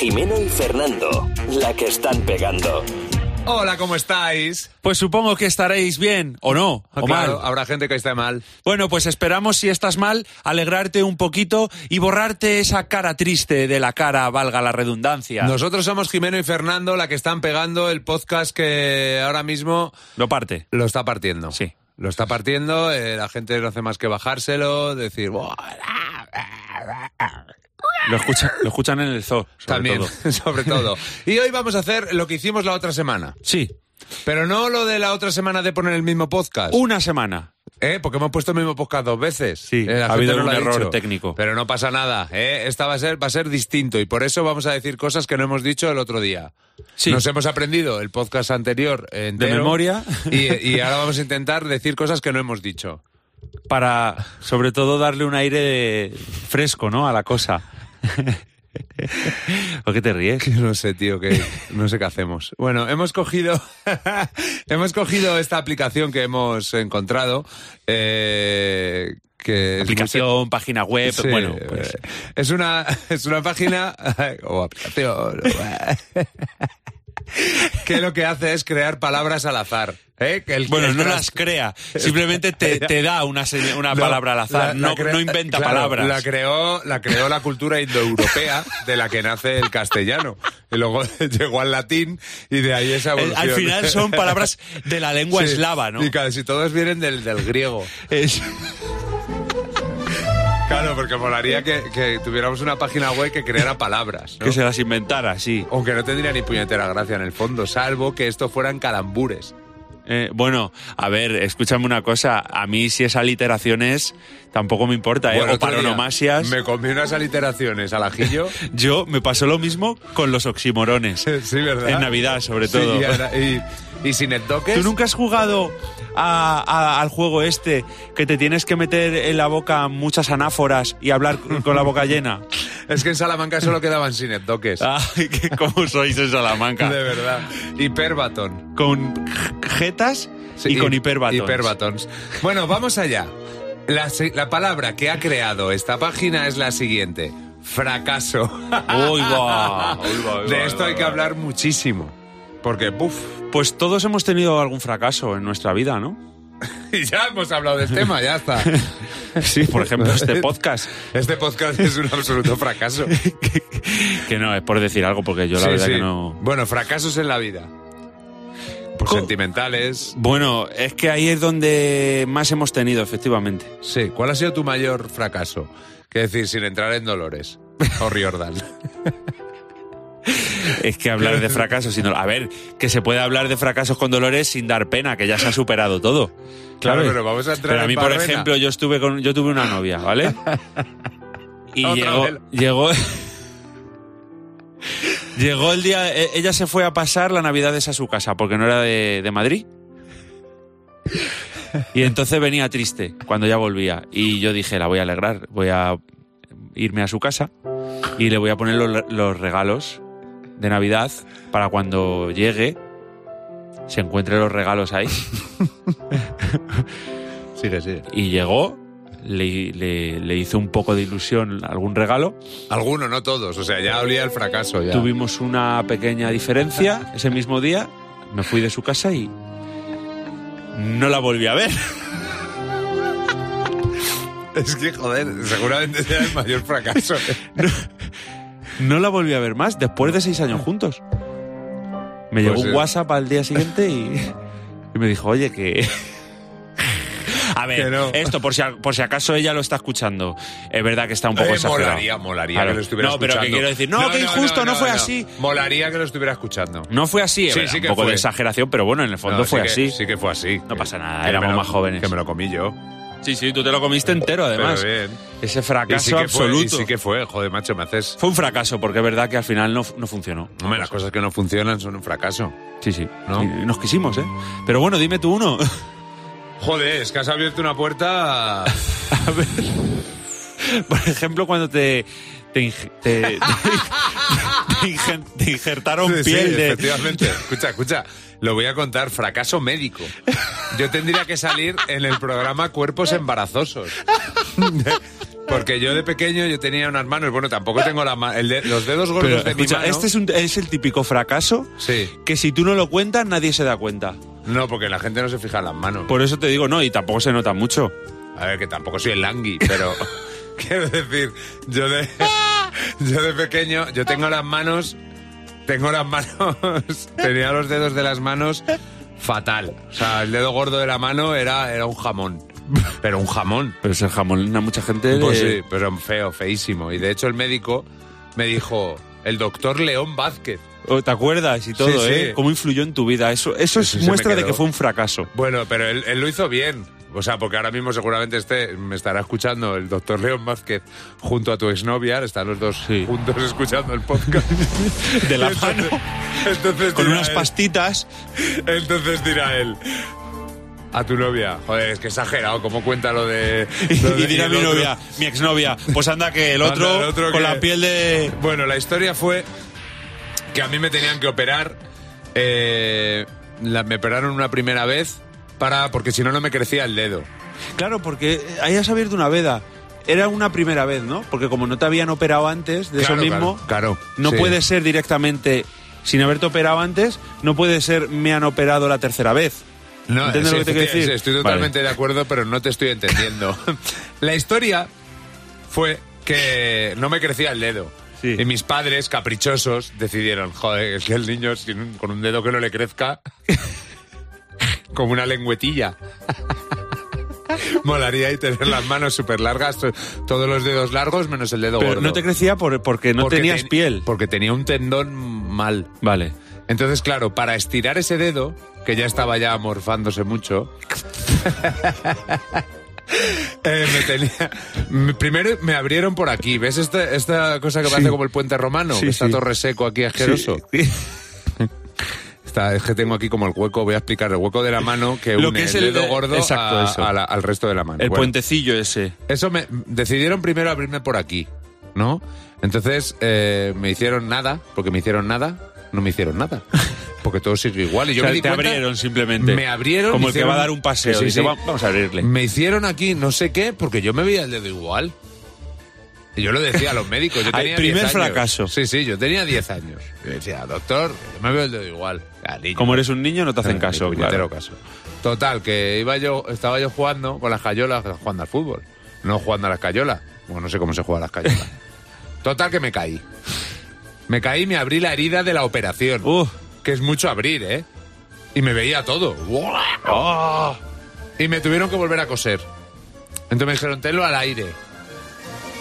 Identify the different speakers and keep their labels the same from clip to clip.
Speaker 1: Jimeno y Fernando, la que están pegando.
Speaker 2: Hola, ¿cómo estáis?
Speaker 3: Pues supongo que estaréis bien, o no, o
Speaker 2: Ah, Claro,
Speaker 3: mal.
Speaker 2: habrá gente que esté mal.
Speaker 3: Bueno, pues esperamos, si estás mal, alegrarte un poquito y borrarte esa cara triste de la cara, valga la redundancia.
Speaker 2: Nosotros somos Jimeno y Fernando, la que están pegando el podcast que ahora mismo
Speaker 3: Lo parte.
Speaker 2: lo está partiendo.
Speaker 3: Sí.
Speaker 2: Lo está partiendo, eh, la gente no hace más que bajárselo, decir... "Buah, ah, ah, ah".
Speaker 3: Lo, escucha- lo escuchan en el zoo, sobre
Speaker 2: También,
Speaker 3: todo.
Speaker 2: sobre todo. Y hoy vamos a hacer lo que hicimos la otra semana.
Speaker 3: Sí,
Speaker 2: Pero no lo de la otra semana de poner el mismo podcast.
Speaker 3: una semana.
Speaker 2: ¿Eh? Porque hemos puesto el mismo podcast dos veces.
Speaker 3: Sí,
Speaker 2: Eh, la
Speaker 3: ha
Speaker 2: gente
Speaker 3: habido
Speaker 2: no lo
Speaker 3: un error
Speaker 2: dicho.
Speaker 3: técnico.
Speaker 2: Pero no pasa nada. ¿eh? Esta va a ser va a ser distinto y por eso vamos a decir cosas que no hemos dicho el otro día.
Speaker 3: Sí.
Speaker 2: Nos hemos aprendido el podcast anterior entero,
Speaker 3: memoria.
Speaker 2: y, y ahora vamos a intentar decir cosas que no hemos dicho.
Speaker 3: Para, sobre todo, darle un aire de- fresco, ¿no? A la cosa. ¿Por qué te ríes?
Speaker 2: No sé, tío, que no sé qué hacemos. Bueno, hemos cogido hemos cogido esta aplicación que hemos encontrado. eh, que es muy
Speaker 3: Aplicación, página web,
Speaker 2: Sí,
Speaker 3: bueno, pues...
Speaker 2: eh, es una es una página o aplicación que lo que hace es crear palabras al azar. ¿eh? Que el-
Speaker 3: Bueno,
Speaker 2: el
Speaker 3: no
Speaker 2: tras-
Speaker 3: las crea, simplemente te, te da una, seña- una
Speaker 2: no,
Speaker 3: palabra al
Speaker 2: la-
Speaker 3: azar,
Speaker 2: la
Speaker 3: no,
Speaker 2: crea-
Speaker 3: no inventa
Speaker 2: claro,
Speaker 3: palabras.
Speaker 2: La creó, la creó la cultura indoeuropea de la que nace el castellano. Y luego llegó al latín y de ahí esa
Speaker 3: Eh,
Speaker 2: evolución.
Speaker 3: Al final son palabras de la lengua
Speaker 2: Sí,
Speaker 3: eslava, ¿no?
Speaker 2: Y casi todos vienen del, del griego.
Speaker 3: Es-
Speaker 2: Claro, porque molaría que, que tuviéramos una página web que creara palabras. ¿no?
Speaker 3: Que se las inventara, sí.
Speaker 2: Aunque no tendría ni puñetera gracia en el fondo, salvo que esto fueran calambures.
Speaker 3: Eh, bueno, a ver, escúchame una cosa. A mí si es aliteraciones, tampoco me importa, ¿eh?
Speaker 2: Bueno,
Speaker 3: o
Speaker 2: otro día
Speaker 3: paronomasias.
Speaker 2: Me comí unas aliteraciones al ajillo.
Speaker 3: Yo me pasó lo mismo con los oximorones.
Speaker 2: sí, ¿verdad?
Speaker 3: En Navidad, sobre
Speaker 2: Sí,
Speaker 3: todo.
Speaker 2: y ahora- y, y sin
Speaker 3: ¿Tú
Speaker 2: estoques.
Speaker 3: nunca has jugado a- a- al juego este que te tienes que meter en la boca muchas anáforas y hablar con con la boca llena?
Speaker 2: Es que en Salamanca solo quedaban sin estoques.
Speaker 3: Ay, que cómo sois en Salamanca.
Speaker 2: De verdad. Hiperbatón.
Speaker 3: Con j- jetas
Speaker 2: Sí,
Speaker 3: y con
Speaker 2: hi-
Speaker 3: hiperbatons.
Speaker 2: hiperbatons. Bueno, vamos allá. La, si- la palabra que ha creado esta página es la siguiente. Fracaso.
Speaker 3: Uy, va. Uy, va, uy, va,
Speaker 2: De esto
Speaker 3: uy,
Speaker 2: hay
Speaker 3: va.
Speaker 2: que hablar muchísimo. Porque, buf,
Speaker 3: Pues todos hemos tenido algún fracaso en nuestra vida, ¿no?
Speaker 2: Y ya hemos hablado del tema, ya está.
Speaker 3: Sí, por ejemplo, este podcast.
Speaker 2: Este podcast es un absoluto fracaso.
Speaker 3: Que no, es por decir algo, porque yo la
Speaker 2: Sí,
Speaker 3: verdad
Speaker 2: sí.
Speaker 3: que no.
Speaker 2: Bueno, fracasos en la vida. Pues
Speaker 3: Co-
Speaker 2: sentimentales.
Speaker 3: Bueno, es que ahí es donde más hemos tenido, efectivamente.
Speaker 2: Sí, ¿cuál ha sido tu mayor fracaso? Que decir, sin entrar en dolores. O Riordan.
Speaker 3: Es que hablar de fracasos sin dolor. A ver, que se puede hablar de fracasos con dolores sin dar pena, que ya se ha superado todo.
Speaker 2: Claro,
Speaker 3: ¿Sabes?
Speaker 2: pero vamos a entrar
Speaker 3: eh, Pero a
Speaker 2: en
Speaker 3: mí, por
Speaker 2: barrena.
Speaker 3: ejemplo, yo estuve con, yo tuve una novia, ¿vale? Y
Speaker 2: Otra
Speaker 3: llegó,
Speaker 2: vez.
Speaker 3: llegó, llegó el día, e- ella se fue a pasar la Navidad esa a su casa, porque no era de, de Madrid. Y entonces venía triste cuando ya volvía. Y yo dije, la voy a alegrar, voy a irme a su casa y le voy a poner los, los regalos de Navidad para cuando llegue se encuentre los regalos ahí.
Speaker 2: Sigue, sigue.
Speaker 3: Y llegó, le, le- le hizo un poco de ilusión algún regalo.
Speaker 2: Alguno, no todos. O sea, ya olía el fracaso. Ya.
Speaker 3: Tuvimos una pequeña diferencia ese mismo día. Me fui de su casa y no la volví a ver.
Speaker 2: Es que, joder, seguramente sea el mayor fracaso.
Speaker 3: No la volví a ver más después de seis años juntos. Me llegó
Speaker 2: Pues
Speaker 3: un
Speaker 2: sí.
Speaker 3: WhatsApp al día siguiente y, y me dijo, oye, que... A ver,
Speaker 2: Que no.
Speaker 3: esto por si, a- por si acaso ella lo está escuchando. Es verdad que está un poco
Speaker 2: Eh,
Speaker 3: exagerado.
Speaker 2: molaría, molaría
Speaker 3: Claro.
Speaker 2: que lo estuviera
Speaker 3: No, pero
Speaker 2: escuchando.
Speaker 3: que quiero decir, no, que injusto, no, fue así.
Speaker 2: Molaría que lo estuviera escuchando.
Speaker 3: No fue así, es
Speaker 2: Sí,
Speaker 3: verdad,
Speaker 2: sí que
Speaker 3: un poco
Speaker 2: fue.
Speaker 3: de exageración, pero bueno, en el fondo
Speaker 2: No, sí
Speaker 3: fue
Speaker 2: que-
Speaker 3: así.
Speaker 2: Sí que fue así.
Speaker 3: No pasa nada,
Speaker 2: Que
Speaker 3: éramos
Speaker 2: me lo-
Speaker 3: más jóvenes.
Speaker 2: Que me lo comí yo.
Speaker 3: Sí, sí, tú te lo comiste entero además.
Speaker 2: Pero bien.
Speaker 3: Ese
Speaker 2: Y
Speaker 3: fracaso
Speaker 2: sí que fue, y
Speaker 3: absoluto.
Speaker 2: sí que fue, joder, macho, me haces...
Speaker 3: Fue un fracaso, porque es verdad que al final no, no funcionó.
Speaker 2: Hombre, las cosas que no funcionan son un fracaso.
Speaker 3: Sí, sí.
Speaker 2: ¿No?
Speaker 3: Y- y nos quisimos, ¿eh? Pero bueno, dime tú uno.
Speaker 2: Joder, es que has abierto una puerta...
Speaker 3: Por ejemplo, cuando te. Te, inge- te- te- te ingen- te injertaron
Speaker 2: Sí, sí,
Speaker 3: piel de.
Speaker 2: efectivamente. Escucha, escucha, lo voy a contar, fracaso médico. Yo tendría que salir en el programa Cuerpos Embarazosos. Porque yo de pequeño yo tenía unas manos, bueno, tampoco tengo la ma- el de- los dedos gordos
Speaker 3: Pero,
Speaker 2: de
Speaker 3: escucha,
Speaker 2: mi mano.
Speaker 3: este es, un- es el típico fracaso
Speaker 2: Sí.
Speaker 3: que si tú no lo cuentas nadie se da cuenta.
Speaker 2: No, porque la gente no se fija en las manos.
Speaker 3: Por eso te digo, no, y tampoco se nota mucho.
Speaker 2: A ver, que tampoco soy el langui, pero quiero decir, yo de, yo de pequeño, yo tengo las manos, tengo las manos, tenía los dedos de las manos fatal. O sea, el dedo gordo de la mano era, era un jamón, pero un jamón.
Speaker 3: Pero es el jamón, a mucha gente...
Speaker 2: Pues
Speaker 3: le-
Speaker 2: sí, pero feo, feísimo. Y de hecho el médico me dijo, el doctor León Vázquez.
Speaker 3: Oh, ¿Te acuerdas y todo,
Speaker 2: Sí, sí.
Speaker 3: eh? ¿Cómo influyó en tu vida? Eso, eso
Speaker 2: Eso se
Speaker 3: es
Speaker 2: me
Speaker 3: muestra de
Speaker 2: quedó.
Speaker 3: que fue un fracaso.
Speaker 2: Bueno, pero él, él lo hizo bien. O sea, porque ahora mismo seguramente esté, me estará escuchando el doctor León Vázquez junto a tu exnovia. Están los dos
Speaker 3: Sí.
Speaker 2: juntos escuchando el podcast.
Speaker 3: De la mano,
Speaker 2: Entonces- entonces
Speaker 3: con
Speaker 2: dirá
Speaker 3: unas
Speaker 2: él-
Speaker 3: pastitas.
Speaker 2: Entonces dirá él. A tu novia. Joder, es que exagerado. ¿Cómo cuenta lo de.?
Speaker 3: Y,
Speaker 2: lo de-
Speaker 3: dirá
Speaker 2: el
Speaker 3: mi
Speaker 2: otro?
Speaker 3: novia, mi exnovia, pues anda que el otro,
Speaker 2: Anda, el otro
Speaker 3: con
Speaker 2: que-
Speaker 3: la piel de...
Speaker 2: Bueno, la historia fue que a mí me tenían que operar. eh, la- me operaron una primera vez para porque si no, no me crecía el dedo.
Speaker 3: Claro, porque hayas abierto una veda. Era una primera vez, ¿no? Porque como no te habían operado antes de
Speaker 2: Claro,
Speaker 3: eso mismo,
Speaker 2: claro, claro,
Speaker 3: no
Speaker 2: sí.
Speaker 3: puede ser directamente, sin haberte operado antes, no puede ser me han operado la tercera vez.
Speaker 2: No,
Speaker 3: ¿Entiendes
Speaker 2: sí,
Speaker 3: lo que te quiero
Speaker 2: estoy-
Speaker 3: decir?
Speaker 2: Estoy
Speaker 3: Vale.
Speaker 2: totalmente de acuerdo, pero no te estoy entendiendo. la historia fue que no me crecía el dedo.
Speaker 3: Sí.
Speaker 2: Y mis padres, caprichosos, decidieron, joder, es que el niño sin un- con un dedo que no le crezca, como una lengüetilla. Molaría y tener las manos súper largas, to- todos los dedos largos menos el dedo
Speaker 3: Pero
Speaker 2: gordo.
Speaker 3: no te crecía por- porque no
Speaker 2: Porque
Speaker 3: tenías
Speaker 2: ten-
Speaker 3: piel.
Speaker 2: Porque tenía un tendón mal.
Speaker 3: Vale.
Speaker 2: Entonces, claro, para estirar ese dedo, que ya estaba ya amorfándose mucho, eh, me tenía- me- primero me abrieron por aquí. ¿Ves esta, esta cosa que parece como el puente romano?
Speaker 3: Sí,
Speaker 2: que está
Speaker 3: sí.
Speaker 2: todo reseco aquí, asqueroso. Está- es que tengo aquí como el hueco, voy a explicar, el hueco de la mano que
Speaker 3: Lo
Speaker 2: une
Speaker 3: que es
Speaker 2: el,
Speaker 3: el-
Speaker 2: dedo gordo
Speaker 3: exacto,
Speaker 2: a-
Speaker 3: eso.
Speaker 2: a la- al resto de la mano.
Speaker 3: El
Speaker 2: Bueno.
Speaker 3: puentecillo ese.
Speaker 2: Eso me decidieron primero abrirme por aquí, ¿no? Entonces eh, me hicieron nada, porque me hicieron nada, no me hicieron nada, porque todo sirvió igual. Y yo
Speaker 3: O sea,
Speaker 2: me di
Speaker 3: te
Speaker 2: cuenta-
Speaker 3: abrieron simplemente.
Speaker 2: Me abrieron,
Speaker 3: Como el que
Speaker 2: hicieron-
Speaker 3: va a dar un paseo.
Speaker 2: Sí, sí,
Speaker 3: dice,
Speaker 2: sí.
Speaker 3: "Va- Vamos a abrirle.
Speaker 2: Me hicieron aquí no sé qué, porque yo me veía el dedo igual. Y yo lo decía a los médicos. Yo
Speaker 3: Ay,
Speaker 2: tenía
Speaker 3: primer
Speaker 2: 10 años.
Speaker 3: fracaso.
Speaker 2: Sí, sí, yo tenía 10 años. Yo decía, doctor, yo me veo el dedo igual. Ya, niño.
Speaker 3: Como eres un niño, no te hacen
Speaker 2: Ni
Speaker 3: caso.
Speaker 2: puñetero
Speaker 3: claro.
Speaker 2: caso. Total, que iba yo, estaba yo jugando con las cayolas, jugando al fútbol. No jugando a las cayolas. Bueno, no sé cómo se juega a las cayolas. Total, que me caí. Me caí y me abrí la herida de la operación.
Speaker 3: Uf.
Speaker 2: Que es mucho abrir, ¿eh? Y me veía todo. ¡Buah!
Speaker 3: ¡Oh!
Speaker 2: Y me tuvieron que volver a coser. Entonces me dijeron, tenlo al aire.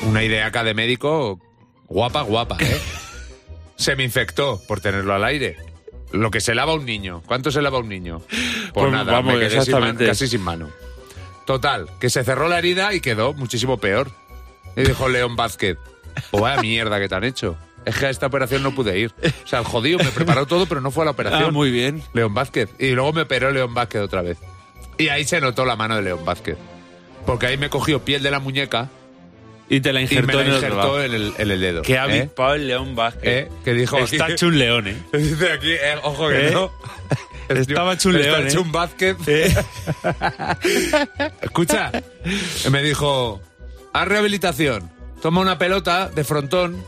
Speaker 2: Una idea acá de médico guapa, guapa, ¿eh? se me infectó por tenerlo al aire. Lo que se lava un niño. ¿Cuánto se lava un niño? Pues,
Speaker 3: Pues
Speaker 2: nada,
Speaker 3: vamos,
Speaker 2: me quedé sin mano-
Speaker 3: exactamente.
Speaker 2: casi sin mano. Total, que se cerró la herida y quedó muchísimo peor. Y dijo León Vázquez, o vaya mierda que te han hecho. Es que a esta operación no pude ir. O sea, el jodido me preparó todo, pero no fue a la operación.
Speaker 3: Ah, muy bien.
Speaker 2: León Vázquez. Y luego me operó León Vázquez otra vez. Y ahí se notó la mano de León Vázquez. Porque ahí me cogió piel de la muñeca
Speaker 3: Y te la
Speaker 2: y me
Speaker 3: injertó
Speaker 2: la
Speaker 3: en el otro lado.
Speaker 2: injertó en el, en el dedo.
Speaker 3: Que ha
Speaker 2: ¿Eh?
Speaker 3: vispado el León Vázquez.
Speaker 2: ¿Eh? Que dijo...
Speaker 3: Está hecho un león, ¿eh?
Speaker 2: Dice aquí, eh, ojo que
Speaker 3: ¿Eh?
Speaker 2: no.
Speaker 3: Estaba hecho un león,
Speaker 2: Está hecho
Speaker 3: ¿eh?
Speaker 2: un Vázquez. Escucha. Me dijo, haz rehabilitación. Toma una pelota de frontón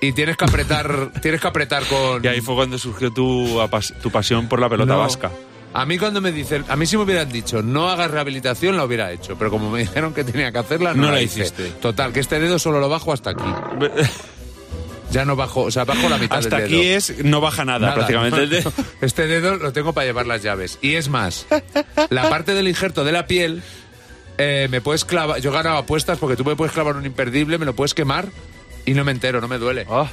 Speaker 2: y tienes que apretar, tienes que apretar con...
Speaker 3: Y ahí fue cuando surgió tu, apas- tu pasión por la pelota
Speaker 2: No.
Speaker 3: vasca.
Speaker 2: A mí cuando me dicen, a mí si me hubieran dicho no hagas rehabilitación, la hubiera hecho, pero como me dijeron que tenía que hacerla, no,
Speaker 3: No la
Speaker 2: hice.
Speaker 3: hiciste.
Speaker 2: Total, que este dedo solo lo bajo hasta aquí. Ya no bajo, o sea, bajo la mitad
Speaker 3: Hasta
Speaker 2: del
Speaker 3: aquí
Speaker 2: dedo.
Speaker 3: es, no baja nada,
Speaker 2: Nada.
Speaker 3: prácticamente. El de-
Speaker 2: Este dedo lo tengo para llevar las llaves. Y es más, la parte del injerto de la piel eh, me puedes clavar. Yo ganaba apuestas porque tú me puedes clavar un imperdible, me lo puedes quemar y no me entero, no me duele.
Speaker 3: O
Speaker 2: Ah.
Speaker 3: sea,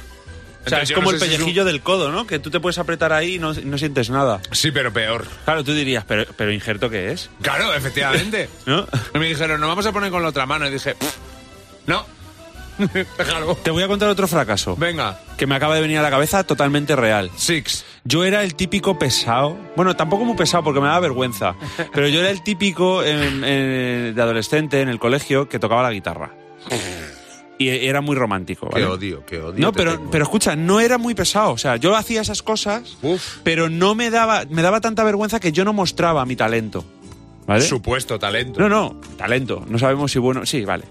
Speaker 2: Entonces,
Speaker 3: es
Speaker 2: yo
Speaker 3: como
Speaker 2: no
Speaker 3: el
Speaker 2: sé si es un-
Speaker 3: pellejillo del codo, ¿no? Que tú te puedes apretar ahí y no, no sientes nada.
Speaker 2: Sí, pero peor.
Speaker 3: Claro, tú dirías, pero, pero injerto qué es,
Speaker 2: Claro, efectivamente.
Speaker 3: ¿no?
Speaker 2: Y me dijeron, nos vamos a poner con la otra mano. Y dije, "Pff, no. Déjalo.
Speaker 3: Te voy a contar otro fracaso
Speaker 2: Venga,
Speaker 3: que me acaba de venir a la cabeza totalmente real.
Speaker 2: Six.
Speaker 3: Yo era el típico pesado. Bueno, tampoco muy pesado porque me daba vergüenza. Pero yo era el típico en- en- de adolescente en el colegio que tocaba la guitarra. Y e- era muy romántico. ¿vale?
Speaker 2: Qué odio, qué odio.
Speaker 3: No,
Speaker 2: te
Speaker 3: pero,
Speaker 2: tengo.
Speaker 3: pero escucha, no era muy pesado. O sea, yo hacía esas cosas,
Speaker 2: Uf.
Speaker 3: pero no me daba, me daba tanta vergüenza que yo no mostraba mi talento. ¿Vale?
Speaker 2: Supuesto talento.
Speaker 3: No, no, talento. No sabemos si bueno. Sí, vale.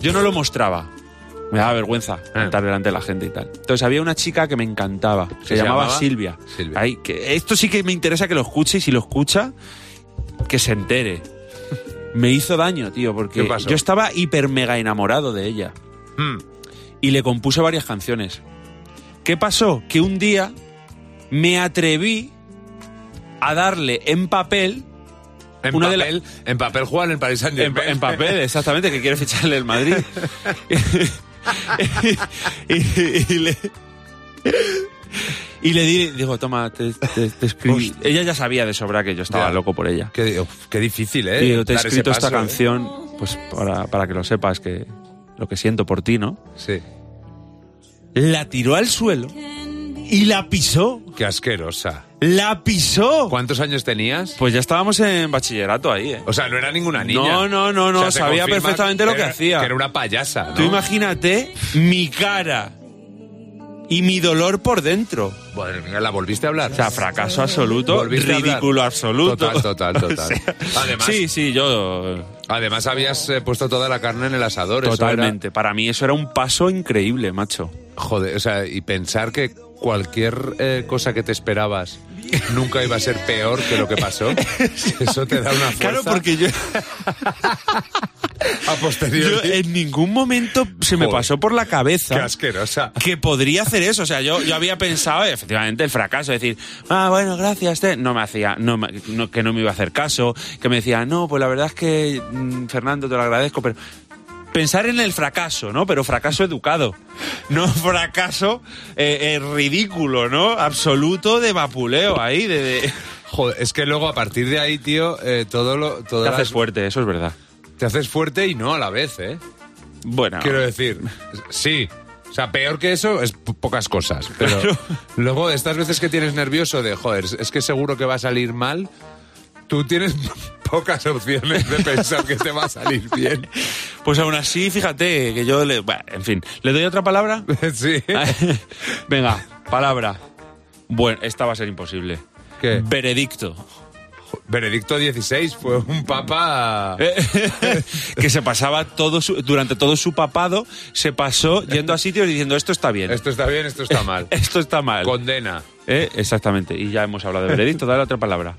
Speaker 3: Yo no lo mostraba. Me daba vergüenza
Speaker 2: Ah.
Speaker 3: estar delante de la gente y tal. Entonces había una chica que me encantaba.
Speaker 2: ¿Se
Speaker 3: Se, llamaba,
Speaker 2: llamaba?
Speaker 3: Silvia.
Speaker 2: Silvia.
Speaker 3: Ay, que esto sí que me interesa que lo escuche y si lo escucha, que se entere. Me hizo daño, tío, porque
Speaker 2: ¿Qué pasó?
Speaker 3: yo estaba hiper mega enamorado de ella
Speaker 2: Mm.
Speaker 3: y le compuse varias canciones. ¿Qué pasó? Que un día me atreví a darle en papel
Speaker 2: En,
Speaker 3: Una de la-
Speaker 2: papel, en papel juegan en Paris Saint
Speaker 3: en,
Speaker 2: Germain.
Speaker 3: en papel, exactamente, que quiere ficharle el Madrid. y, y- y le, y le di, digo, toma, te, te- te escribí. Ella ya sabía de sobra que yo estaba
Speaker 2: Ya.
Speaker 3: loco por ella.
Speaker 2: Qué, uf, qué difícil, ¿eh?
Speaker 3: Y digo, te he
Speaker 2: Dar ese
Speaker 3: escrito esta
Speaker 2: paso, ¿eh?
Speaker 3: canción, pues para, para que lo sepas, que lo que siento por ti, ¿no?
Speaker 2: Sí.
Speaker 3: La tiró al suelo y la pisó.
Speaker 2: Qué asquerosa.
Speaker 3: ¡La pisó!
Speaker 2: ¿Cuántos años tenías?
Speaker 3: Pues ya estábamos en bachillerato ahí, ¿eh?
Speaker 2: O sea, no era ninguna niña.
Speaker 3: No, no, no, no,
Speaker 2: O sea, te
Speaker 3: sabía
Speaker 2: confirma
Speaker 3: perfectamente lo que
Speaker 2: era-
Speaker 3: hacía.
Speaker 2: Que era una payasa, ¿no?
Speaker 3: Tú imagínate mi cara y mi dolor por dentro.
Speaker 2: Madre mía, la volviste a hablar.
Speaker 3: O sea, fracaso absoluto,
Speaker 2: Volviste a hablar.
Speaker 3: ridículo absoluto.
Speaker 2: Total, total, total.
Speaker 3: O sea,
Speaker 2: Además-
Speaker 3: sí, sí, yo
Speaker 2: Además, habías eh, puesto toda la carne en el asador. eso era-
Speaker 3: totalmente. Para mí eso era un paso increíble, macho.
Speaker 2: Joder, o sea, y pensar que cualquier eh, cosa que te esperabas nunca iba a ser peor que lo que pasó. Eso te da una fuerza.
Speaker 3: Claro, porque yo,
Speaker 2: a
Speaker 3: yo eh,
Speaker 2: posteriori.
Speaker 3: en ningún momento se me
Speaker 2: Joder.
Speaker 3: pasó por la
Speaker 2: Qué
Speaker 3: cabeza
Speaker 2: asquerosa.
Speaker 3: que podría hacer eso. O sea, yo, yo había pensado, efectivamente, el fracaso, decir, ah, bueno, gracias, te-". no me hacía, no, me- no- que no me iba a hacer caso, que me decía, no, pues la verdad es que, mm, Fernando, te lo agradezco, pero pensar en el fracaso, ¿no? Pero fracaso educado, no fracaso eh, eh, ridículo, ¿no? Absoluto de vapuleo ahí, de... de-
Speaker 2: Joder, es que luego a partir de ahí, tío, eh, todo lo.
Speaker 3: Te
Speaker 2: todas
Speaker 3: haces
Speaker 2: las-
Speaker 3: fuerte, Ah. eso es verdad.
Speaker 2: te haces fuerte y no a la vez, ¿eh?
Speaker 3: Bueno,
Speaker 2: Quiero decir, sí. O sea, peor que eso es po- pocas cosas. Pero luego, de estas veces que tienes nervioso de, joder, es que seguro que va a salir mal, tú tienes pocas opciones de pensar que te va a salir bien.
Speaker 3: pues aún así, fíjate que yo le... Bueno, en fin, ¿le doy otra palabra?
Speaker 2: Sí.
Speaker 3: Ah, Venga, palabra. Bueno, esta va a ser imposible.
Speaker 2: ¿Qué?
Speaker 3: Veredicto.
Speaker 2: Benedicto XVI fue un papa...
Speaker 3: Eh. que se pasaba todo su- durante todo su papado, se pasó yendo a sitios diciendo esto está bien,
Speaker 2: Esto está bien, esto está mal.
Speaker 3: esto está mal.
Speaker 2: Condena.
Speaker 3: Eh, Exactamente, y ya hemos hablado de veredicto, dale otra palabra.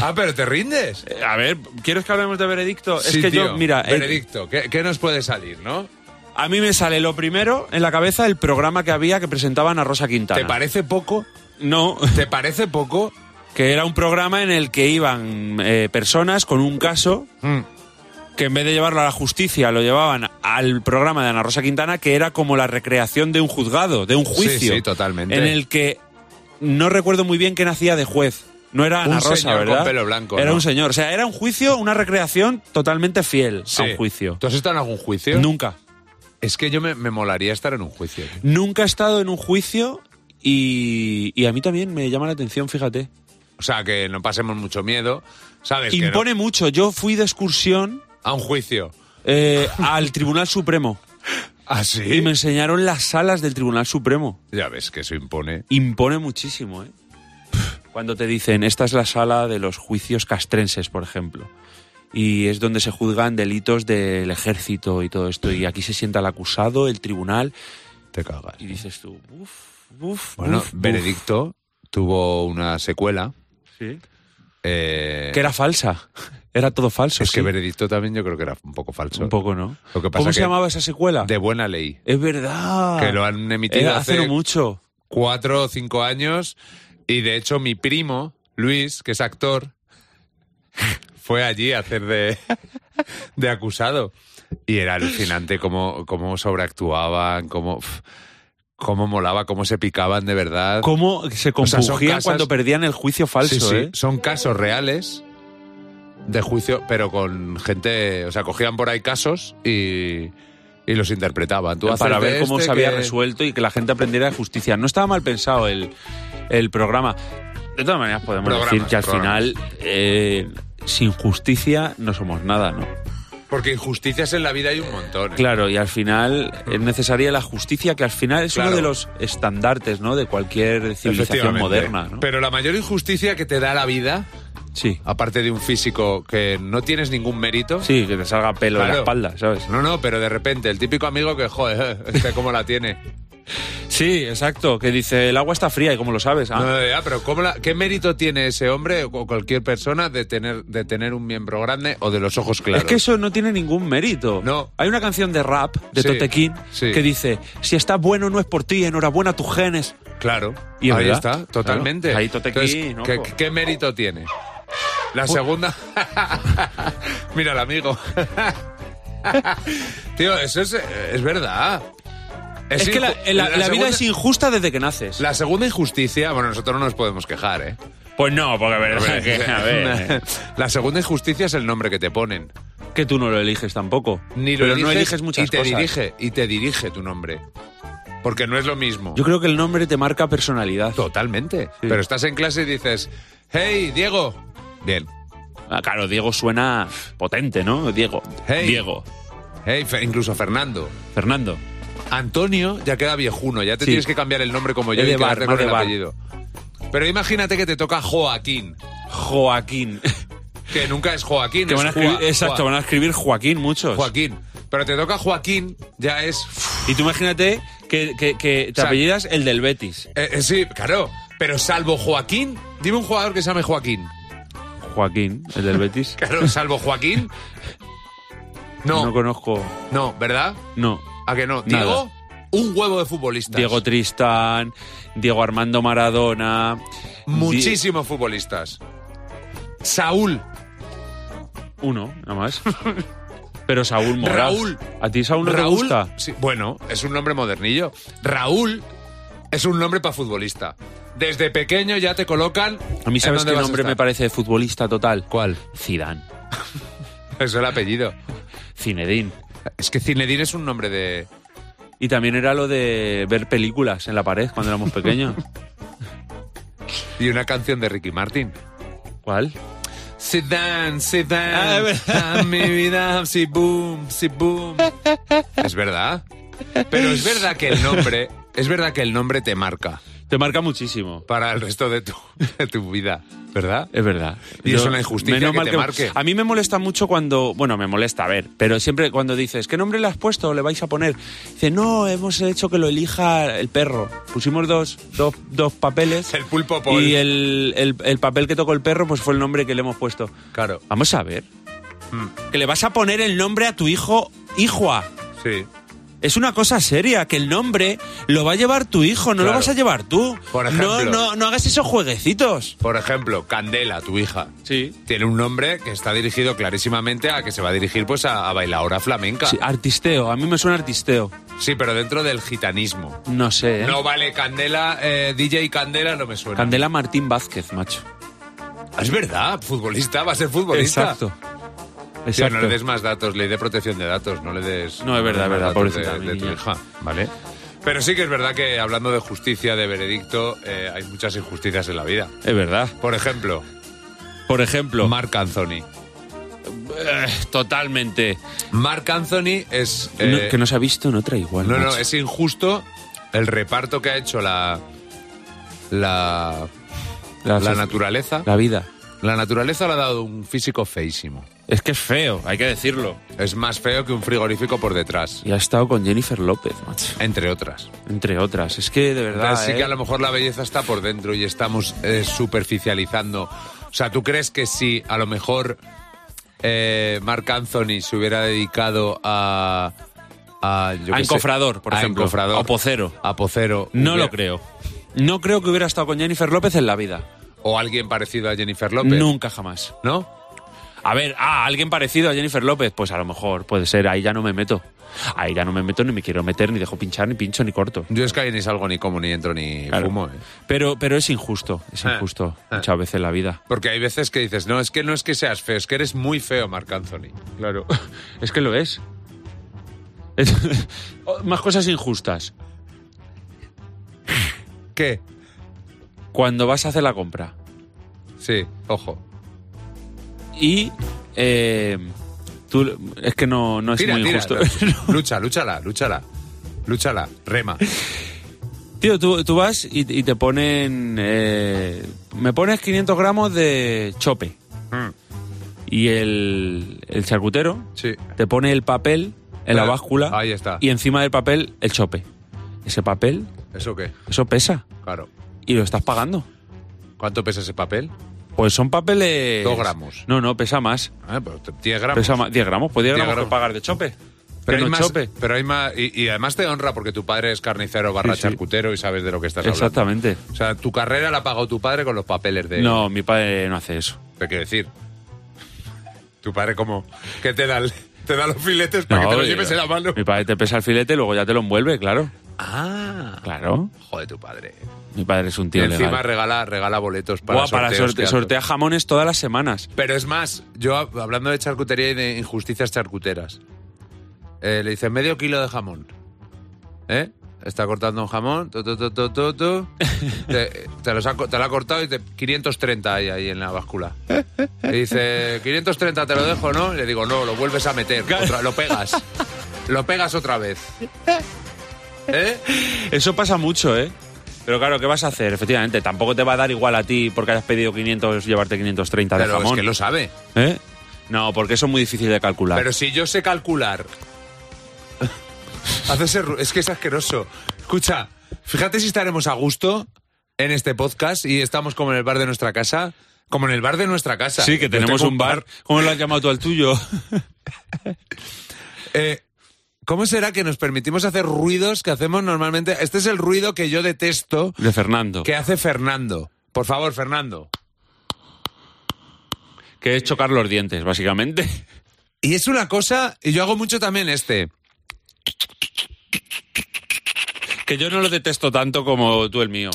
Speaker 2: Ah, pero te rindes.
Speaker 3: Eh, A ver, ¿quieres que hablemos de veredicto?
Speaker 2: Sí,
Speaker 3: es que
Speaker 2: tío.
Speaker 3: yo, mira, eh,
Speaker 2: Benedicto, ¿qué, qué nos puede salir, no?
Speaker 3: a mí me sale lo primero en la cabeza el programa que había que presentaban a Rosa Quintana.
Speaker 2: ¿Te parece poco?
Speaker 3: No,
Speaker 2: ¿Te parece poco?
Speaker 3: que era un programa en el que iban eh, personas con un caso
Speaker 2: Mm.
Speaker 3: que en vez de llevarlo a la justicia lo llevaban al programa de Ana Rosa Quintana, que era como la recreación de un juzgado, de un juicio.
Speaker 2: sí, totalmente.
Speaker 3: En el que no recuerdo muy bien quién hacía de juez. No era
Speaker 2: Un
Speaker 3: Ana Rosa,
Speaker 2: señor con
Speaker 3: ¿verdad?
Speaker 2: pelo blanco,
Speaker 3: Era
Speaker 2: ¿no?
Speaker 3: un señor. O sea, era un juicio, una recreación totalmente fiel a un juicio.
Speaker 2: ¿Tú has estado en algún juicio?
Speaker 3: Nunca.
Speaker 2: Es que yo me, me molaría estar en un juicio. tío.
Speaker 3: Nunca he estado en un juicio y, y a mí también me llama la atención, fíjate.
Speaker 2: O sea, que no pasemos mucho miedo. ¿Sabes? que no-
Speaker 3: Impone mucho. Yo fui de excursión
Speaker 2: a un juicio.
Speaker 3: eh, al Tribunal Supremo
Speaker 2: ¿Así?
Speaker 3: y me enseñaron las salas del Tribunal Supremo.
Speaker 2: Ya ves que eso impone.
Speaker 3: impone muchísimo, ¿eh? Cuando te dicen, esta es la sala de los juicios castrenses, por ejemplo, y es donde se juzgan delitos del ejército y todo esto, y aquí se sienta el acusado, el tribunal,
Speaker 2: Te cagas.
Speaker 3: y dices tú, uff, uff,
Speaker 2: Bueno,
Speaker 3: uf, uf".
Speaker 2: Benedicto tuvo una secuela.
Speaker 3: Sí.
Speaker 2: eh,
Speaker 3: Que era falsa, era todo falso.
Speaker 2: es que
Speaker 3: sí.
Speaker 2: Benedicto también yo creo que era un poco falso.
Speaker 3: Un poco, ¿no?
Speaker 2: Lo que pasa
Speaker 3: ¿Cómo se
Speaker 2: que-
Speaker 3: llamaba esa secuela?
Speaker 2: De buena ley.
Speaker 3: Es verdad.
Speaker 2: Que lo han emitido
Speaker 3: Era hace
Speaker 2: hace
Speaker 3: no mucho.
Speaker 2: cuatro o cinco años. Y de hecho, mi primo, Luis, que es actor, fue allí a hacer de, de acusado. Y era alucinante cómo, cómo sobreactuaban, cómo, pf, cómo molaba, cómo se picaban de verdad.
Speaker 3: ¿Cómo
Speaker 2: sea,
Speaker 3: se
Speaker 2: son
Speaker 3: compugían
Speaker 2: casas-
Speaker 3: cuando perdían el juicio falso,
Speaker 2: Sí, sí,
Speaker 3: eh?
Speaker 2: Son casos reales de juicio, pero con gente. O sea, cogían por ahí casos y, y los interpretaban. Tú haces
Speaker 3: para
Speaker 2: de
Speaker 3: ver cómo
Speaker 2: este
Speaker 3: se había
Speaker 2: que-
Speaker 3: resuelto y que la gente aprendiera de justicia. No estaba mal pensado el, el programa. De todas maneras, podemos
Speaker 2: Programas,
Speaker 3: decir que al
Speaker 2: programas.
Speaker 3: final, eh, sin justicia no somos nada, ¿no?
Speaker 2: Porque injusticias en la vida hay un montón. ¿eh?
Speaker 3: Claro, y al final es necesaria la justicia, que al final es
Speaker 2: Claro.
Speaker 3: uno de los estandartes, ¿no? De cualquier civilización
Speaker 2: Efectivamente.
Speaker 3: moderna, ¿no?
Speaker 2: Pero la mayor injusticia que te da la vida
Speaker 3: Sí.
Speaker 2: aparte de un físico que no tienes ningún mérito.
Speaker 3: Sí, que te salga pelo en la
Speaker 2: Claro.
Speaker 3: espalda, ¿sabes?
Speaker 2: No, no, pero de repente, el típico amigo que, joder, este cómo la tiene.
Speaker 3: Sí, exacto. Que dice, el agua está fría y como lo sabes. Ah,
Speaker 2: No, ya, pero ¿cómo la- ¿qué mérito tiene ese hombre o cualquier persona de tener, de tener un miembro grande o de los ojos claros?
Speaker 3: Es que eso no tiene ningún mérito.
Speaker 2: No.
Speaker 3: Hay una canción de rap de
Speaker 2: Sí,
Speaker 3: Totequín
Speaker 2: sí.
Speaker 3: que dice, si estás bueno no es por ti, enhorabuena a tus genes.
Speaker 2: Claro,
Speaker 3: Y es
Speaker 2: ahí
Speaker 3: verdad.
Speaker 2: está, totalmente.
Speaker 3: Claro. Ahí totequí,
Speaker 2: Entonces,
Speaker 3: ¿no? Pues-
Speaker 2: ¿qué, qué mérito tiene? La segunda... Mira el amigo. Tío, eso es, es verdad.
Speaker 3: Es, que la,
Speaker 2: inju-
Speaker 3: la- la vida
Speaker 2: segunda-
Speaker 3: es injusta desde que naces.
Speaker 2: La segunda injusticia, bueno, nosotros no nos podemos quejar, ¿eh?
Speaker 3: Pues no, porque verdad que, a ver, eh.
Speaker 2: La segunda injusticia es el nombre que te ponen.
Speaker 3: que tú no lo eliges tampoco.
Speaker 2: Ni lo
Speaker 3: pero
Speaker 2: eliges,
Speaker 3: no eliges muchas
Speaker 2: y te
Speaker 3: cosas.
Speaker 2: dirige y te dirige tu nombre. Porque no es lo mismo.
Speaker 3: Yo creo que el nombre te marca personalidad.
Speaker 2: Totalmente. Pero estás en clase y dices, "Hey, Diego." Bien.
Speaker 3: Ah, claro, Diego suena potente, ¿no? Diego.
Speaker 2: Hey.
Speaker 3: Diego.
Speaker 2: Hey, Fe- incluso Fernando.
Speaker 3: Fernando.
Speaker 2: Antonio ya queda viejuno, ya te
Speaker 3: Sí.
Speaker 2: tienes que cambiar el nombre como yo
Speaker 3: Es
Speaker 2: y
Speaker 3: de
Speaker 2: quedarte con
Speaker 3: bar, más de
Speaker 2: el
Speaker 3: bar.
Speaker 2: apellido. Pero imagínate que te toca Joaquín,
Speaker 3: Joaquín.
Speaker 2: que nunca es Joaquín,
Speaker 3: Que
Speaker 2: es
Speaker 3: van a escribir,
Speaker 2: Joa-
Speaker 3: exacto,
Speaker 2: Joa-
Speaker 3: van a escribir Joaquín muchos.
Speaker 2: Joaquín. Pero te toca Joaquín, ya es
Speaker 3: Y tú imagínate que, que- que te
Speaker 2: sea,
Speaker 3: apellidas el del Betis.
Speaker 2: Eh, eh, sí, claro. Pero salvo Joaquín, dime un jugador que se llame Joaquín.
Speaker 3: Joaquín, el del Betis.
Speaker 2: Claro, salvo Joaquín. No,
Speaker 3: No
Speaker 2: no,
Speaker 3: conozco.
Speaker 2: ¿verdad?
Speaker 3: No.
Speaker 2: ¿A que no?
Speaker 3: Nada.
Speaker 2: Diego, un huevo de futbolistas.
Speaker 3: Diego Tristán, Diego Armando Maradona. Di-
Speaker 2: Muchísimos futbolistas. Saúl,
Speaker 3: Uno, nada más. Pero Saúl Moraz.
Speaker 2: Raúl.
Speaker 3: ¿A ti Saúl no
Speaker 2: Raúl.
Speaker 3: te gusta?
Speaker 2: sí, bueno, es un nombre modernillo. Raúl es un nombre para futbolista. Desde pequeño ya te colocan.
Speaker 3: A mí
Speaker 2: en
Speaker 3: sabes
Speaker 2: dónde
Speaker 3: qué
Speaker 2: vas a
Speaker 3: nombre me
Speaker 2: estar.
Speaker 3: parece de futbolista total.
Speaker 2: ¿Cuál?
Speaker 3: Zidane.
Speaker 2: Es el apellido.
Speaker 3: Cinedín.
Speaker 2: Es que Zinedine es un nombre de.
Speaker 3: Y también era lo de ver películas en la pared cuando éramos pequeños.
Speaker 2: Y una canción de Ricky Martin.
Speaker 3: ¿Cuál?
Speaker 2: Zidane, Zidane,
Speaker 3: Ah, es verdad.
Speaker 2: a mi vida, si boom, si boom. Es verdad. Pero es verdad que el nombre, es verdad que el nombre te marca
Speaker 3: Te marca muchísimo.
Speaker 2: para el resto de tu, de tu vida, ¿verdad?
Speaker 3: Es verdad.
Speaker 2: Y es una injusticia que te marque.
Speaker 3: A mí me molesta mucho cuando. Bueno, me molesta, a ver. Pero siempre cuando dices, ¿qué nombre le has puesto o le vais a poner? Dice, no, hemos hecho que lo elija el perro. Pusimos dos, dos, dos papeles.
Speaker 2: El pulpo Paul.
Speaker 3: Y el, el- el papel que tocó el perro, pues fue el nombre que le hemos puesto.
Speaker 2: Claro,
Speaker 3: Vamos a ver.
Speaker 2: Hmm.
Speaker 3: Que le vas a poner el nombre a tu hijo, hijua.
Speaker 2: sí.
Speaker 3: Es una cosa seria, que el nombre lo va a llevar tu hijo, no lo
Speaker 2: Claro.
Speaker 3: vas a llevar tú.
Speaker 2: Por
Speaker 3: no,
Speaker 2: ejemplo.
Speaker 3: no, no hagas esos jueguecitos.
Speaker 2: Por ejemplo, Candela, tu hija.
Speaker 3: Sí.
Speaker 2: Tiene un nombre que está dirigido clarísimamente a que se va a dirigir pues a, a bailadora flamenca. Sí.
Speaker 3: artisteo, a mí me suena artisteo.
Speaker 2: pero dentro del gitanismo.
Speaker 3: No sé, ¿eh?
Speaker 2: No vale Candela, eh, DJ Candela no me suena. Ah,
Speaker 3: Candela Martín Vázquez, macho.
Speaker 2: Es verdad, futbolista, va a ser futbolista.
Speaker 3: Exacto.
Speaker 2: Tío,
Speaker 3: Exacto.
Speaker 2: no le des más datos, ley de protección de datos, no le des.
Speaker 3: No, es verdad,
Speaker 2: le des
Speaker 3: es verdad,
Speaker 2: más datos
Speaker 3: pobrecita
Speaker 2: de, de tu
Speaker 3: niña.
Speaker 2: hija, ¿vale? Pero sí que es verdad que hablando de justicia, de veredicto, eh, hay muchas injusticias en la vida.
Speaker 3: Es verdad.
Speaker 2: Por ejemplo,
Speaker 3: Por ejemplo,
Speaker 2: Marc Anthony.
Speaker 3: eh, totalmente.
Speaker 2: Marc Anthony es. eh,
Speaker 3: No, que no se ha visto en otra igual.
Speaker 2: no, no,
Speaker 3: macho.
Speaker 2: es injusto el reparto que ha hecho la. La. La,
Speaker 3: soci-
Speaker 2: naturaleza. La...
Speaker 3: La vida.
Speaker 2: naturaleza le ha dado un físico feísimo.
Speaker 3: Es que es feo, hay que decirlo.
Speaker 2: Es más feo que un frigorífico por detrás,
Speaker 3: Y ha estado con Jennifer López, macho.
Speaker 2: entre otras.
Speaker 3: Entre otras. Es que de verdad.
Speaker 2: Así
Speaker 3: ¿eh?
Speaker 2: que a lo mejor la belleza está por dentro y estamos eh, superficializando. O sea, ¿tú crees que si a lo mejor eh, Marc Anthony se hubiera dedicado a... A, yo
Speaker 3: A
Speaker 2: qué sé,
Speaker 3: encofrador, por
Speaker 2: a
Speaker 3: ejemplo,
Speaker 2: encofrador,
Speaker 3: o pocero.
Speaker 2: A pocero.
Speaker 3: No
Speaker 2: hubiera-
Speaker 3: lo creo. No creo que hubiera estado con Jennifer López en la vida.
Speaker 2: O alguien parecido a Jennifer López.
Speaker 3: Nunca jamás.
Speaker 2: ¿No?
Speaker 3: A ver, ah, alguien parecido a Jennifer López, pues a lo mejor puede ser, ahí ya no me meto. Ahí ya no me meto, ni me quiero meter, ni dejo pinchar, ni pincho, ni corto.
Speaker 2: Yo es que ahí ni salgo, ni como, ni entro, ni
Speaker 3: Claro.
Speaker 2: fumo. ¿eh?
Speaker 3: Pero, pero es injusto, es
Speaker 2: Ah,
Speaker 3: injusto
Speaker 2: ah.
Speaker 3: muchas veces en la vida.
Speaker 2: Porque hay veces que dices, no, es que no es que seas feo, es que eres muy feo, Marc Anthony.
Speaker 3: Claro, es que lo es. Es- Oh, Más cosas injustas.
Speaker 2: ¿Qué?
Speaker 3: Cuando vas a hacer la compra
Speaker 2: Sí, ojo.
Speaker 3: y eh, tú, es que no, no es
Speaker 2: Tira,
Speaker 3: muy
Speaker 2: tira.
Speaker 3: injusto.
Speaker 2: Lucha, lúchala, lúchala. Lúchala, rema.
Speaker 3: Tío, tú, tú vas y, y te ponen... eh, me pones 500 gramos de chope.
Speaker 2: Mm,
Speaker 3: y el, el charcutero
Speaker 2: Sí.
Speaker 3: te pone el papel en la
Speaker 2: Claro,
Speaker 3: báscula
Speaker 2: ahí está.
Speaker 3: y encima del papel el chope. Ese papel,
Speaker 2: ¿Eso qué?
Speaker 3: eso pesa
Speaker 2: Claro.
Speaker 3: y lo estás pagando.
Speaker 2: ¿Cuánto pesa ese papel?
Speaker 3: Pues son papeles...
Speaker 2: Dos gramos.
Speaker 3: No, no, pesa más.
Speaker 2: Ah, pues 10 gramos.
Speaker 3: Pesa más. 10 gramos, pues 10
Speaker 2: 10
Speaker 3: gramos, que
Speaker 2: gramos.
Speaker 3: pagar de chope.
Speaker 2: Pero
Speaker 3: Pero
Speaker 2: hay,
Speaker 3: no
Speaker 2: más,
Speaker 3: chope.
Speaker 2: pero hay más. Y, y además te honra porque tu padre es carnicero barra
Speaker 3: sí.
Speaker 2: charcutero y sabes de lo que estás hablando.
Speaker 3: Exactamente.
Speaker 2: O sea, tu carrera la ha pagado tu padre con los papeles de.
Speaker 3: No, mi padre no hace eso.
Speaker 2: Te quiero decir. Tu padre, como. Que te da, el- te da los filetes para
Speaker 3: No,
Speaker 2: que te los
Speaker 3: yo-
Speaker 2: lleves en la mano.
Speaker 3: Mi padre te pesa el filete, luego ya te lo envuelve, claro.
Speaker 2: Ah.
Speaker 3: Claro.
Speaker 2: Joder, tu padre.
Speaker 3: Mi padre es un
Speaker 2: Y
Speaker 3: tío
Speaker 2: encima
Speaker 3: legal.
Speaker 2: regala, regala boletos para
Speaker 3: Buah, para
Speaker 2: sorteos
Speaker 3: sorte-
Speaker 2: que hace.
Speaker 3: sortea jamones todas las semanas.
Speaker 2: Pero es más, yo hab- hablando de charcutería y de injusticias charcuteras, eh, le dice medio kilo de jamón. ¿Eh? Está cortando un jamón, tu, tu, tu, tu, tu, tu. te, te los ha co- te lo ha cortado y te, 530 hay ahí en la báscula. Le dice, 530 te lo dejo, ¿no? Y le digo, no, lo vuelves a meter, otra- lo pegas. Lo pegas otra vez. ¿Eh?
Speaker 3: Eso pasa mucho, ¿eh? Pero claro, ¿qué vas a hacer? Efectivamente, tampoco te va a dar igual a ti porque hayas pedido 500, llevarte 530 de
Speaker 2: Pero es
Speaker 3: jamón.
Speaker 2: que lo sabe.
Speaker 3: ¿Eh? No, porque eso es muy difícil de calcular.
Speaker 2: Pero si yo sé calcular. Haz ese ru- es que es asqueroso. Escucha, fíjate si estaremos a gusto en este podcast y estamos como en el bar de nuestra casa. Como en el bar de nuestra casa.
Speaker 3: sí, que
Speaker 2: Yo
Speaker 3: tenemos
Speaker 2: tengo
Speaker 3: un bar. ¿Cómo lo has llamado tú al tuyo?
Speaker 2: Eh, ¿Cómo será que nos permitimos hacer ruidos que hacemos normalmente? Este es el ruido que yo detesto
Speaker 3: De Fernando.
Speaker 2: que hace Fernando. Por favor, Fernando.
Speaker 3: Que es chocar los dientes, básicamente.
Speaker 2: Y es una cosa, y yo hago mucho también este.
Speaker 3: Que yo no lo detesto tanto como tú el mío.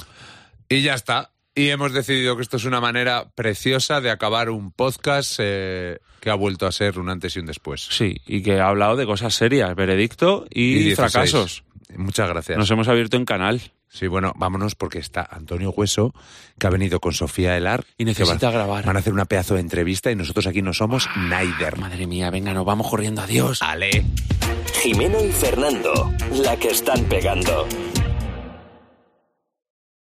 Speaker 2: Y ya está. Y hemos decidido que esto es una manera preciosa de acabar un podcast eh, que ha vuelto a ser un antes y un después.
Speaker 3: Sí, y que ha hablado de cosas serias, veredicto y,
Speaker 2: 16.
Speaker 3: fracasos.
Speaker 2: Muchas gracias.
Speaker 3: Nos hemos abierto en canal.
Speaker 2: Sí, bueno, vámonos porque está Antonio Hueso, que ha venido con Sofía Elar.
Speaker 3: Y necesita
Speaker 2: que va-
Speaker 3: grabar.
Speaker 2: Van a hacer una pedazo de entrevista y nosotros aquí no somos Neider.
Speaker 3: Madre mía, venga, nos vamos corriendo, adiós.
Speaker 2: Ale.
Speaker 1: Jimeno y Fernando, la que están pegando.